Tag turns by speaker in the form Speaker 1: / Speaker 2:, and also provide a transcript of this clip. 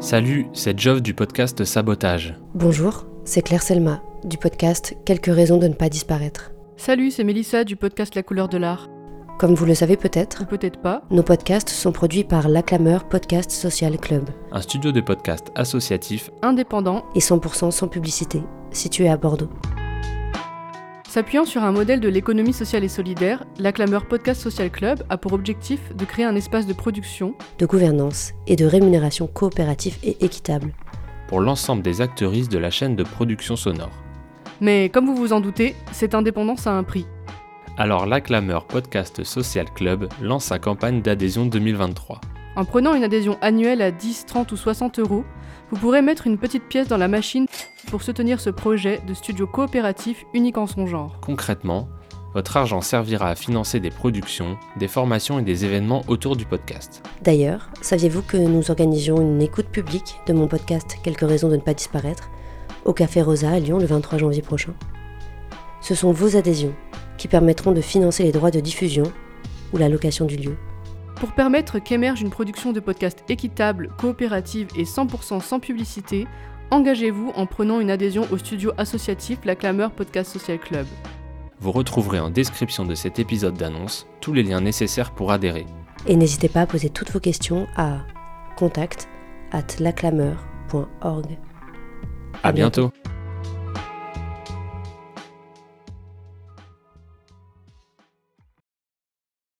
Speaker 1: Salut, c'est Jove du podcast Sabotage.
Speaker 2: Bonjour, c'est Claire Selma du podcast Quelques raisons de ne pas disparaître.
Speaker 3: Salut, c'est Mélissa du podcast La couleur de l'art.
Speaker 2: Comme vous le savez peut-être,
Speaker 3: Ou peut-être pas.
Speaker 2: nos podcasts sont produits par l'acclameur Podcast Social Club
Speaker 1: Un studio de podcast associatif,
Speaker 3: Indépendant,
Speaker 2: et 100% sans publicité, situé à Bordeaux.
Speaker 3: s'appuyant sur un modèle de l'économie sociale et solidaire, la clameur Podcast Social Club a pour objectif de créer un espace de production
Speaker 2: de gouvernance et de rémunération coopérative et équitable.
Speaker 1: pour l'ensemble des actrices de la chaîne de production sonore.
Speaker 3: Mais comme vous vous en doutez, cette indépendance a un prix.
Speaker 1: Alors l'acclameur Podcast Social Club lance sa campagne d'adhésion 2023.
Speaker 3: En prenant une adhésion annuelle à 10, 30 ou 60 euros, vous pourrez mettre une petite pièce dans la machine pour soutenir ce projet de studio coopératif unique en son genre.
Speaker 1: Concrètement, votre argent servira à financer des productions, des formations et des événements autour du podcast.
Speaker 2: D'ailleurs, saviez-vous que nous organisions une écoute publique de mon podcast Quelques raisons de ne pas disparaître au Café Rosa à Lyon le 23 janvier prochain Ce sont vos adhésions qui permettront de financer les droits de diffusion ou la location du lieu.
Speaker 3: Pour permettre qu'émerge une production de podcast équitable, coopérative et 100% sans publicité, engagez-vous en prenant une adhésion au studio associatif La Clameur Podcast Social Club.
Speaker 1: Vous retrouverez en description de cet épisode d'annonce tous les liens nécessaires pour adhérer.
Speaker 2: Et n'hésitez pas à poser toutes vos questions à contact at laclameur.org.
Speaker 1: À bientôt